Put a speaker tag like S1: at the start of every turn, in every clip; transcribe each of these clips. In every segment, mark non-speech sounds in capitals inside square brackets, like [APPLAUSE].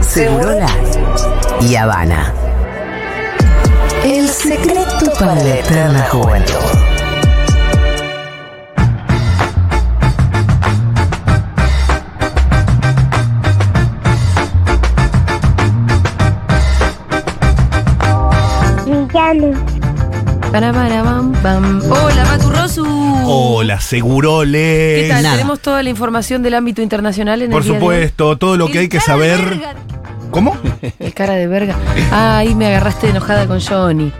S1: Segurola y Habana. El secreto para la eterna juventud.
S2: Villano.
S3: Para, para, bam, bam. Hola, Matu Rosu.
S4: Hola, Seguroles.
S3: ¿Qué tal?
S1: nada.
S3: Tenemos toda la información del ámbito internacional en
S4: Por
S3: el día de
S4: supuesto, todo lo
S3: hoy.
S4: que hay que
S3: El cara de
S4: saber.
S3: verga.
S4: ¿Cómo?
S3: El cara de verga. Ah, ahí me agarraste enojada con Johnny.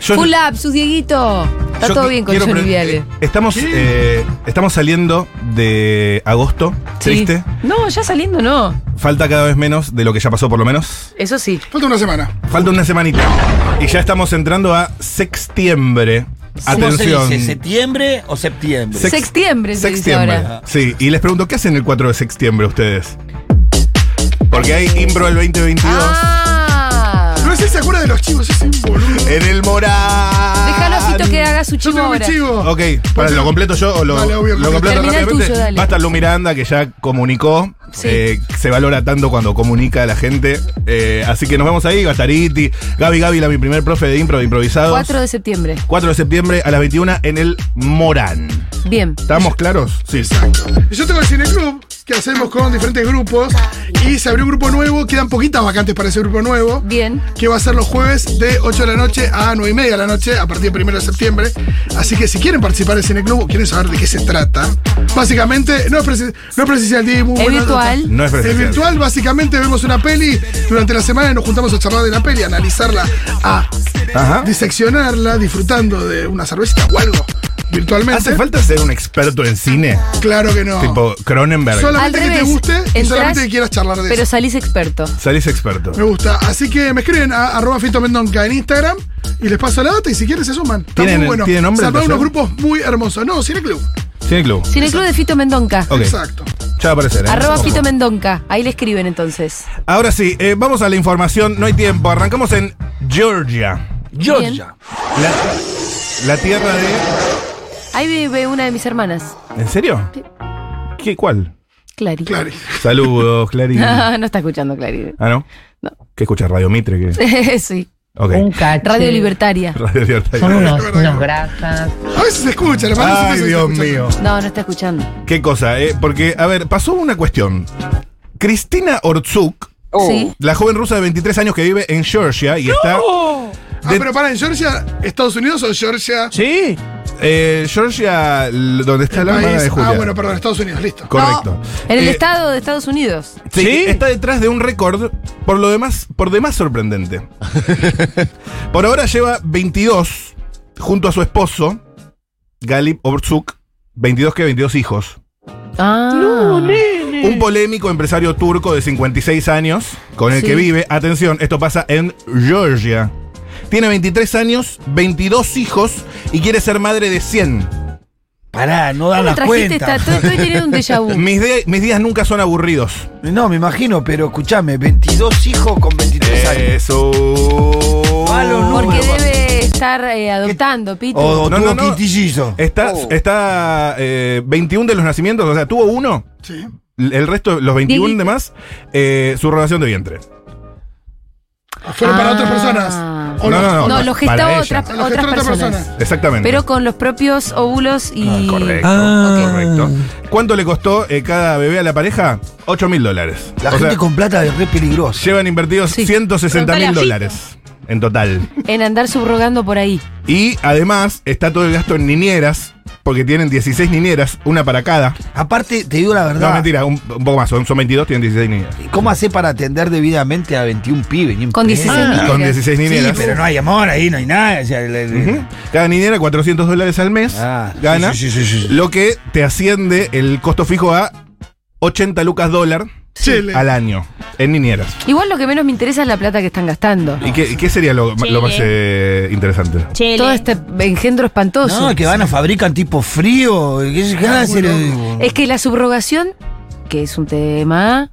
S4: Yo-
S3: Full lapsus, Dieguito. Está
S4: yo
S3: todo
S4: qui-
S3: bien con
S4: quiero
S3: Johnny
S4: pre-
S3: Viale.
S4: eh, Estamos, eh, estamos saliendo de agosto,
S3: Sí.
S4: triste.
S3: No, ya saliendo no.
S4: Falta cada vez menos de lo que ya pasó, por lo menos.
S3: Eso sí.
S5: Falta una semana.
S4: Falta una semanita. Y ya estamos entrando a septiembre.
S6: ¿Cómo
S4: Atención.
S6: se dice? ¿Septiembre o septiembre?
S4: Sex-
S3: Septiembre se dice ahora.
S4: Septiembre. Sí, y les pregunto, ¿qué hacen el 4 de septiembre ustedes? Porque hay Impro el 2022
S3: Ah.
S5: No sé si se acuerda de los chivos, es un boludo.
S4: en el Moral.
S3: Déjalo, Fito, que haga su
S5: Yo
S3: chivo
S5: tengo mi
S3: ahora.
S5: chivo.
S4: Ok, para, ¿lo completo yo o lo,
S5: Dale, obvio,
S4: lo completo
S3: Termina el
S4: rápidamente?
S3: tuyo, dale.
S4: Va a estar Lu Miranda, que ya comunicó.
S3: Sí.
S4: eh, se valora tanto cuando comunica a la gente. Eh, así que nos vemos ahí, Gastariti, Gaby Gaby, la mi primer profe de impro de improvisados.
S3: 4 de septiembre.
S4: 4 de septiembre a las 21 en el Morán.
S3: Bien.
S4: ¿Estamos claros? Sí.
S5: Y Yo tengo el Cine Club, que hacemos con diferentes grupos. Y se abrió un grupo nuevo, quedan poquitas vacantes para ese grupo nuevo.
S3: Bien.
S5: Que va a ser los jueves de 8 de la noche a 9 y media de la noche, a partir del 1 de septiembre. Así que si quieren participar del Cine Club o quieren saber de qué se trata, básicamente no es, presen- no es presencial, Diego, muy
S3: Es
S5: buena nota.
S3: virtual.
S4: No es
S5: El
S4: presencial.
S5: virtual, básicamente, vemos una peli durante la semana y nos juntamos a charlar de la peli, a analizarla, a
S4: Ah. Ajá.
S5: diseccionarla, disfrutando de una cervecita o algo virtualmente.
S4: ¿Hace falta ser un experto en cine?
S5: Claro que no.
S4: Tipo Cronenberg.
S5: solamente
S3: Al
S5: que te
S3: revés,
S5: guste y
S3: entras,
S5: solamente que quieras charlar de
S3: Pero
S5: eso.
S3: salís experto.
S4: Salís experto.
S5: Me gusta. Así que me escriben a arroba Fito Mendonca en Instagram y les paso la data y si quieren se suman. Está
S4: ¿Tienen-
S5: muy bueno.
S4: tienen nombre
S5: Salvar
S4: el
S5: unos
S4: taller?
S5: grupos muy hermosos. No, Cine Club.
S4: Cine Club.
S3: Cineclub de Fito Mendonca.
S4: Ok.
S5: Exacto.
S4: Ya va a aparecer. ¿eh?
S3: Arroba Fito Mendonca. Ahí le escriben entonces.
S4: Ahora sí, eh, vamos a la información. No hay tiempo. Arrancamos en Georgia.
S6: Georgia.
S4: La, la tierra de.
S3: Ahí vive una de mis hermanas,
S4: ¿En serio? ¿Qué, ¿Cuál?
S3: Clary.
S5: Claro.
S4: Saludos, Clarín. Ah,
S3: [LAUGHS] no está escuchando Clary. [LAUGHS]
S4: ¿no?
S3: No.
S4: ¿Qué escuchas? Radio Mitre. ¿Qué?
S3: sí.
S4: Ok.
S7: Un cacho.
S3: Radio Libertaria.
S4: [LAUGHS] Radio Libertad.
S7: Son unos, unos grasas.
S5: A veces se escucha, le mando
S4: Ay,
S5: un beso y se
S4: Dios
S5: escucha.
S4: mío.
S3: No, no está escuchando.
S4: Qué cosa, ¿eh? Porque, a ver, pasó una cuestión. Cristina Ortsuk,
S3: Sí.
S4: la joven rusa de 23 años que vive en Georgia y está.
S5: Ah,
S4: De-
S5: pero para en Georgia, Estados Unidos o Georgia.
S6: Sí.
S4: eh, Georgia, l- donde está
S5: el
S4: la hermana
S5: país.
S4: de Julia.
S5: Ah, bueno, perdón, Estados Unidos, listo.
S4: Correcto.
S3: En el
S4: Eh,
S3: estado de Estados Unidos.
S4: Sí,
S6: ¿Sí?
S4: está detrás de un récord, por lo demás, por demás sorprendente. por ahora lleva 22 junto a su esposo, Galip Orzuk, 22 que 22 hijos.
S3: Ah.
S4: Un polémico empresario turco de 56 años con el
S3: Sí.
S4: que vive. Atención, esto pasa en Georgia. Tiene 23 años, 22 hijos y quiere ser madre
S3: [LAUGHS]
S4: de 100.
S6: Pará, no dan
S3: ¿Cómo
S6: las
S3: trajiste esta?
S6: cuentas.
S3: Estoy, estoy teniendo un déjà
S4: [LAUGHS]
S3: vu.
S4: Mis, de- mis días nunca son aburridos.
S6: No, me imagino, pero escúchame, 22 hijos con
S4: Eh,
S6: 23 años.
S4: Eso.
S6: Malos
S3: Porque
S6: números.
S3: debe estar eh, adoptando, Pito.
S6: O, o
S4: No,
S6: tuvo
S4: no, no.
S6: quintillizo.
S4: Está, está eh, 21 de los nacimientos, o sea, tuvo uno,
S5: Sí.
S4: l- el resto, los 21
S3: Dieguito.
S4: demás, eh, su relación de vientre.
S5: Fueron para otras
S3: Ah.
S5: personas. O
S4: No, no, no.
S3: No,
S4: para-
S3: lo gestaba
S4: para
S3: otra-
S4: ella.
S5: Lo
S3: otras
S5: gestó otra
S3: personas.
S5: persona.
S4: Exactamente.
S3: Pero con los propios óvulos y.
S4: Ah, correcto,
S7: Ah.
S4: correcto. ¿Cuánto le costó eh, cada bebé a la pareja? 8 mil dólares.
S6: La
S4: O
S6: gente
S4: sea,
S6: con plata es re peligrosa.
S4: llevan invertidos
S3: Sí.
S4: 160
S3: Preguntale a
S4: mil
S3: Fito.
S4: dólares en total.
S3: En andar subrogando por ahí.
S4: Y además está todo el gasto en niñeras, porque tienen 16 niñeras, una para cada.
S6: Aparte, te digo la verdad.
S4: No, mentira, un, un poco más, son, son 22, tienen 16 niñeras.
S6: ¿Cómo hace para atender debidamente a 21 pibes? Ni en
S3: Con
S6: pedo.
S3: 16 niñeras.
S4: Con 16
S6: Sí,
S4: niñeras.
S6: pero no hay amor ahí, no hay nada. o sea, el- el-
S4: Ah, Ujú. Cada niñera 400 dólares al mes
S6: Ah,
S4: gana,
S6: sí, sí, sí, sí, sí.
S4: lo que te asciende el costo fijo a 80 lucas dólar
S5: Chile.
S4: al año en niñeras.
S3: Igual lo que menos me interesa es la plata que están gastando.
S4: ¿Y qué, qué sería lo,
S8: Sí.
S4: lo más eh, interesante?
S8: Chele.
S3: Todo este engendro espantoso.
S6: No, que van a fabrican tipo frío. ¿Qué se qué van a hacer? eh,
S3: Es que la subrogación, que es un tema,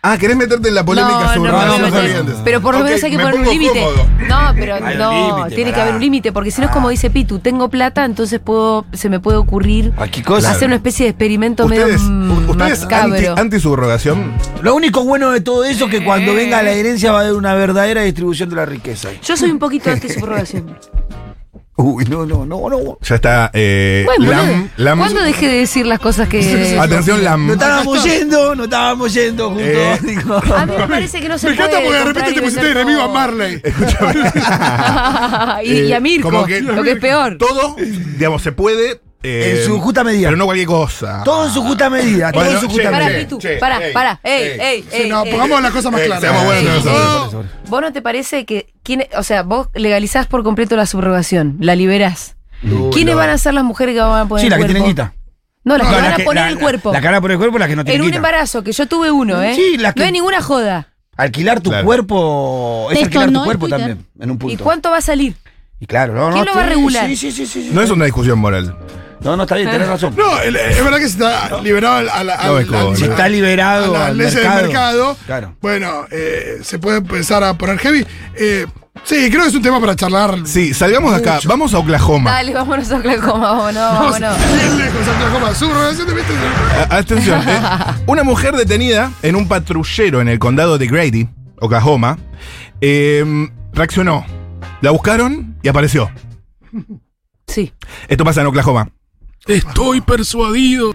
S4: Ah, ¿querés meterte en la polémica
S3: no,
S4: sobre
S3: no,
S4: Ramas
S3: no, no,
S4: Ardientes?
S3: Pero por lo
S4: Ok,
S3: menos hay que
S4: me
S3: poner un
S4: pongo
S3: límite.
S4: cómodo.
S3: No, pero
S6: Hay un
S3: no,
S6: límite,
S3: tiene que
S6: pará.
S3: haber un límite, porque si no es como dice Pitu, tengo plata, entonces puedo, se me puede ocurrir
S6: Aquí cosa.
S3: hacer una especie de experimento
S4: Ustedes,
S3: medio mm,
S4: ustedes anti,
S3: macabro.
S4: antisubrogación.
S6: Lo único bueno de todo eso es que cuando venga la herencia va a haber una verdadera distribución de la riqueza.
S3: Yo soy un
S4: [LAUGHS]
S3: poquito anti-subrogación.
S4: Eh,
S6: Uy, no, no, no, no.
S4: Ya está. Eh,
S3: Bueno,
S4: Lam,
S3: boludo,
S4: Lam-
S3: ¿cuándo dejé de decir las cosas
S4: [LAUGHS]
S3: que.?
S4: Atención, Lam.
S3: Mm. [LAUGHS]
S6: No estábamos yendo, no estábamos yendo juntos.
S4: Eh.
S6: digo.
S3: A mí me parece que no se
S5: Me
S3: puede.
S5: encanta porque de
S3: comprar
S5: repente
S3: y
S5: te pusiste
S3: vender
S5: enemigo a
S3: todo.
S5: Marley.
S4: Escúchame.
S3: y, [LAUGHS] y a
S4: Eh,
S3: Mirko,
S4: como que-
S3: lo que es peor.
S4: Todo, digamos, se puede. eh,
S6: En su justa medida.
S4: Pero no cualquier cosa.
S6: Todo en su justa medida.
S4: Bueno,
S6: todo en su
S4: che,
S6: justa
S4: che,
S3: Pará,
S6: medida.
S3: Pitu, eh,
S4: che,
S3: pará,
S4: ey,
S3: pará. Ey,
S4: ey.
S3: ey,
S5: Sí,
S3: ey,
S5: no,
S3: ey.
S5: pongamos las cosas más
S4: Eh,
S5: claras.
S4: seamos buenos
S5: Sí.
S4: nosotros.
S5: Oh,
S3: ¿Vos no te parece que, quién, o sea, vos legalizás por completo la subrogación, la liberás? ¿Quiénes van a ser las mujeres que van a poner
S6: Sí,
S3: el
S6: la que
S3: cuerpo?
S6: tienen guita.
S3: No, las
S5: No,
S3: que
S5: la
S3: van
S6: que-
S3: a poner
S6: la-
S3: el cuerpo.
S6: La, la cara por el cuerpo, la que no
S3: en
S6: tiene
S3: un
S6: guita.
S3: embarazo, que yo tuve uno, ¿eh?
S6: Sí, las que-
S3: No hay ninguna joda.
S6: Alquilar tu
S4: Claro.
S6: cuerpo es
S2: Esto
S6: alquilar
S2: no
S6: tu
S2: es
S6: cuerpo
S2: Twitter.
S6: también, en un punto.
S3: ¿Y cuánto va a salir?
S6: Y claro, no, no.
S3: ¿Quién lo va a
S6: sí,
S3: regular? Ah.
S6: Sí, sí, sí, sí, sí.
S4: No es una discusión moral.
S6: No, no, está bien, tenés razón.
S5: No, el- eh, es verdad que se está liberado al, al, al-
S4: No me cobro.
S5: al-
S4: Se
S6: Si está liberado
S5: a las
S6: al
S5: leyes
S6: mercado.
S5: del mercado.
S6: Claro.
S5: Bueno, eh, se puede empezar a poner heavy. Eh, sí, creo que es un tema para charlar.
S4: Sí, salgamos de acá. Vamos a Oklahoma.
S3: Dale, vámonos a Oklahoma, vámonos,
S5: Vamos
S3: vámonos.
S5: bien lejos, Oklahoma. Su relación de viste-
S4: A- Atención,
S3: [LAUGHS]
S4: eh. una mujer detenida en un patrullero en el condado de Grady, Oklahoma, eh, reaccionó. La buscaron y apareció.
S3: Sí.
S4: Esto pasa en Oklahoma.
S8: Estoy persuadido.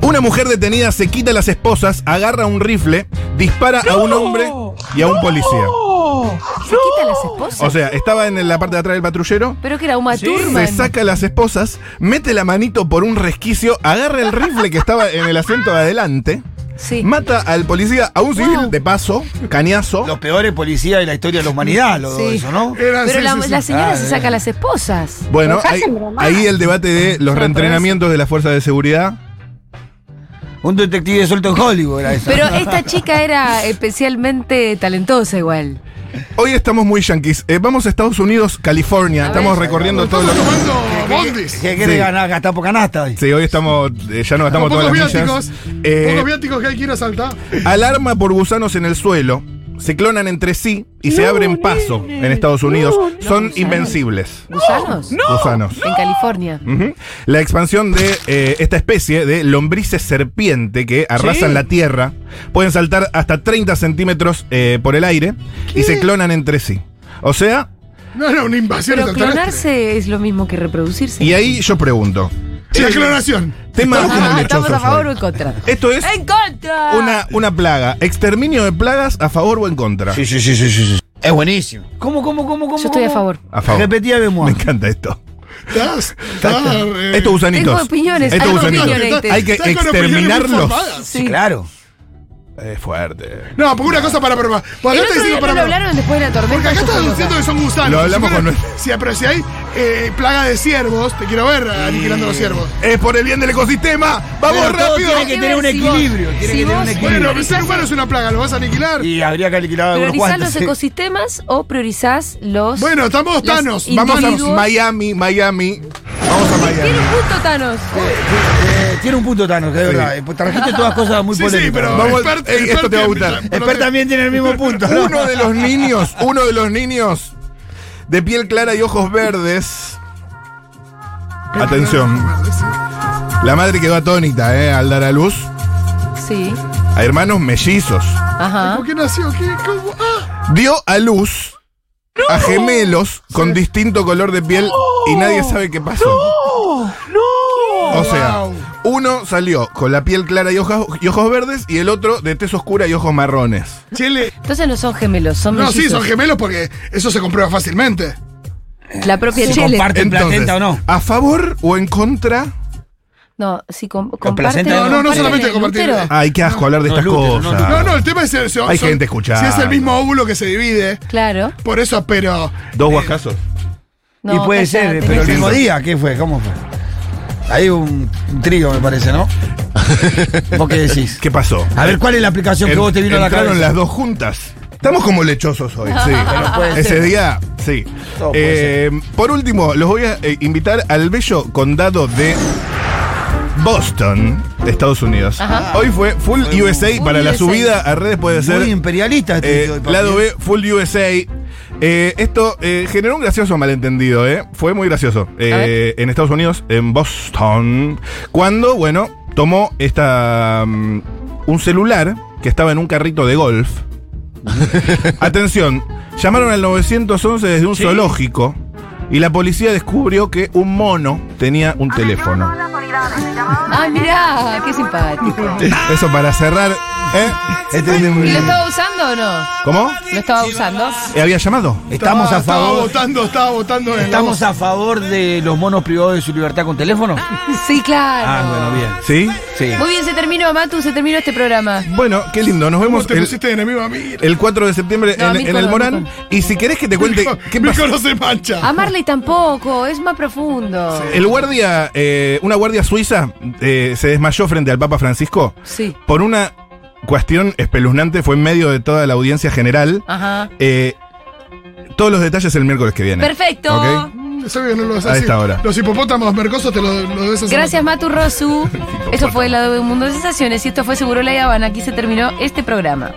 S4: Una mujer detenida se quita las esposas, agarra un rifle, dispara a un hombre y a un policía.
S3: ¿Se quita las esposas?
S4: O sea, estaba en la parte de atrás del patrullero,
S3: Pero que era Uma Thurman.
S4: se saca las esposas, mete la manito por un resquicio, agarra el rifle que estaba en el asiento de adelante,
S3: Sí.
S4: mata al policía, a un civil
S3: Wow.
S4: de paso, cañazo.
S6: Los peores policías de la historia de la humanidad, lo
S3: Sí.
S6: eso, ¿no?
S5: Era-
S3: Pero
S5: sí,
S3: la,
S5: sí, sí.
S3: la señora
S6: Ah,
S3: se
S6: eh.
S3: saca las esposas.
S4: Bueno, ahí, ahí el debate de los reentrenamientos de las fuerzas de seguridad.
S6: Un detective suelto en Hollywood era eso.
S3: Pero
S6: [LAUGHS]
S3: esta chica era especialmente talentosa igual.
S4: Hoy estamos muy yanquis. Eh, vamos a Estados Unidos, California.
S3: A
S4: Estamos
S3: ver.
S4: recorriendo todo lo
S5: Estamos
S4: que.
S5: tomando bondis.
S6: ¿Qué quiere
S4: Sí.
S6: ganar? Gastar por canasta. hoy.
S4: Sí, hoy estamos, eh, ya nos gastamos
S5: Con
S4: todas
S5: pocos
S4: las
S5: viáticos.
S4: millas. Eh,
S5: Pocos viáticos que hay que ir a saltar.
S4: alarma por gusanos en el suelo. Se clonan entre sí y se abren paso en Estados Unidos. Son invencibles.
S3: ¿Gusanos?
S4: Gusanos.
S3: En California.
S4: Ujú. La expansión de eh, esta especie de lombrices serpiente que arrasan la tierra pueden saltar hasta 30 centímetros eh, por el aire y se clonan entre sí. O sea,
S5: No era una invasión
S3: Pero
S5: extraterrestre.
S3: clonarse es lo mismo que reproducirse.
S4: y ahí yo pregunto:
S5: Sí, la clonación.
S4: tema
S3: Ah, ¿Estamos a
S4: lechosos
S3: favor
S4: hoy.
S3: o en contra?
S4: Esto es
S3: ¡En contra!
S4: una, una plaga. Exterminio de plagas a favor o en contra.
S6: Sí, sí, sí, sí, sí. sí. Es buenísimo. ¿Cómo, cómo, cómo, cómo?
S3: Yo estoy a
S6: cómo?
S3: favor.
S4: A favor.
S6: Repetía
S4: Me
S6: memoria.
S4: encanta esto.
S5: Estás- estás,
S6: Ah,
S5: eh,
S4: Estos gusanitos.
S3: Tengo opiniones,
S4: Estos
S3: algo
S4: gusanitos.
S3: opiniones, Nathan.
S4: Hay que
S5: estás con opiniones muy
S4: exterminarlos.
S5: formadas.
S3: Sí.
S6: Claro.
S4: Es fuerte.
S5: No, porque una cosa para probar. Bueno,
S3: El
S5: acá está
S3: otro día
S5: diciendo
S3: no
S5: para
S3: lo
S5: probar.
S3: hablaron después de la tormenta.
S5: Porque acá
S3: yo
S5: estás
S3: fui
S5: diciendo
S3: loca.
S5: que son gusanos.
S4: Lo hablamos
S5: Si
S4: con
S5: fuera-
S4: nuestro-
S5: Sí, pero si hay eh, plaga de ciervos, te quiero ver aniquilando los ciervos.
S4: Es por el bien del ecosistema. Vamos
S6: Pero todo
S4: rápido.
S6: Tiene
S3: Hay
S6: que
S3: que
S6: tener
S3: ver
S6: un
S3: si vos-
S6: equilibrio. Tiene
S3: si
S6: que tener
S3: vos-
S6: un
S5: Bueno,
S6: equilibrio.
S5: pero el ser humano es una plaga, ¿lo vas a aniquilar?
S6: Y habría que alquilar algunos
S3: ¿Priorizás los
S6: guantes.
S3: ecosistemas o priorizás los.
S5: Bueno, estamos
S3: Los
S5: Thanos.
S3: in-
S4: Vamos a
S3: individuos.
S4: Miami, Miami. Vamos a
S3: Tiene
S4: Miami.
S3: un punto, Thanos.
S6: Eh, tiene un punto, Thanos, de verdad. Eh, Trajiste todas cosas muy
S5: Sí,
S6: polémicas.
S5: sí, pero
S4: Vamos,
S5: expert-
S4: ey, esto te va a
S5: expert-
S4: gustar.
S5: pero
S6: Esper
S5: eh, te-
S6: también tiene el mismo punto. ¿no?
S4: Uno de los niños, uno de los niños de piel clara y ojos verdes. Atención. La madre quedó atónita, ¿eh? Al dar a luz
S3: Sí.
S4: a hermanos mellizos.
S3: Ajá.
S5: ¿Por qué nació? ¿Qué? ¿Cómo? Ah,
S4: Dio a luz a gemelos con distinto color de piel y nadie sabe qué pasó. O sea,
S5: Wow.
S4: uno salió con la piel clara y ojos, y ojos verdes y el otro de tez oscura y ojos marrones.
S5: Chile.
S3: Entonces no son gemelos, son
S5: No, sí,
S3: mellizos.
S5: son gemelos porque eso se comprueba fácilmente.
S3: La propia
S6: Si
S3: Chele.
S6: comparte
S4: Entonces,
S6: placenta o no.
S4: ¿a favor o en contra?
S3: No, si com comparten.
S6: placenta no. No, no, no
S3: comparten
S5: solamente
S3: el
S5: compartir.
S3: útero.
S5: Ah,
S4: Ay, qué asco hablar de
S6: No,
S4: estas
S6: Lutero, no,
S4: cosas.
S5: No, no, el tema es. eh, son-
S4: Ah. Hay
S5: son-
S4: gente escuchando.
S5: Si es el mismo óvulo que se divide,
S3: Claro.
S5: por eso, pero.
S4: Dos guascasos.
S3: No,
S6: y puede ser,
S3: cállate.
S6: eh, pero el
S4: Sí,
S6: mismo
S4: sí.
S6: día, ¿qué fue? ¿Cómo fue? Hay un, un trío, me parece, ¿no? ¿Vos qué decís?
S4: ¿Qué pasó?
S6: A ver, ¿cuál es la aplicación que
S4: En-
S6: vos te vino a la
S4: entraron
S6: cabeza?
S4: las dos juntas. Estamos como lechosos hoy, sí.
S6: puede
S4: Ese
S6: ser.
S4: día, sí.
S6: Todo puede
S4: Eh, por último, los voy a eh, invitar al bello condado de Boston, Estados Unidos.
S3: Ajá.
S4: Hoy fue Full USA. Para la
S3: USA.
S4: subida a redes puede ser
S6: Muy imperialista este
S4: eh,
S6: tío del papi.
S4: lado B, Full USA. Eh, esto eh, generó un gracioso malentendido, ¿eh? Fue muy gracioso. Eh, en Estados Unidos, en Boston, cuando, bueno, tomó esta mm, un celular que estaba en un carrito de
S6: [LAUGHS]
S4: golf. Atención, llamaron al 911 desde un zoológico y la policía descubrió que un mono tenía un teléfono.
S3: Ah, mirá, qué simpático.
S4: Eso para cerrar, ¿eh?
S6: Este es Este muy-
S3: ¿Y lo estaba usando o no?
S4: ¿Cómo?
S3: ¿Lo estaba usando?
S4: Eh, ¿Había llamado?
S6: Estamos a
S5: Ah, Estaba
S6: favor.
S5: votando, estaba votando en la
S6: ¿Estamos a favor de los monos privados de su libertad con teléfono?
S3: Sí, claro.
S6: Ah, bueno, bien.
S4: ¿Sí?
S6: Sí.
S3: Muy bien, se terminó, Matu, se terminó este programa.
S4: Bueno, qué lindo. Nos
S5: ¿Cómo
S4: vemos
S5: te
S4: el-
S5: pusiste de enemigo a mí?
S4: El 4 de septiembre
S3: No,
S4: en,
S3: a mí
S4: en
S3: con-
S4: el
S3: a mí
S4: Morán. Y si querés que te cuente qué
S5: Mi
S4: pasó.
S5: hijo no se mancha.
S3: A Marley tampoco, es más profundo.
S4: El guardia, eh, una guardia suiza eh, se desmayó frente al Papa Francisco
S3: Sí.
S4: por una cuestión espeluznante, fue en medio de toda la audiencia general.
S3: Ajá.
S4: Eh, todos los detalles el miércoles que viene.
S3: Perfecto.
S4: Ok.
S5: Sabes que no lo vas a
S4: A
S5: hacer.
S4: esta hora.
S5: Los hipopótamos mercosos te lo, lo debes hacer.
S3: Gracias, Matu Rosu. Esto fue el lado de un mundo de sensaciones y esto fue Seguro La Habana. Aquí se terminó este programa.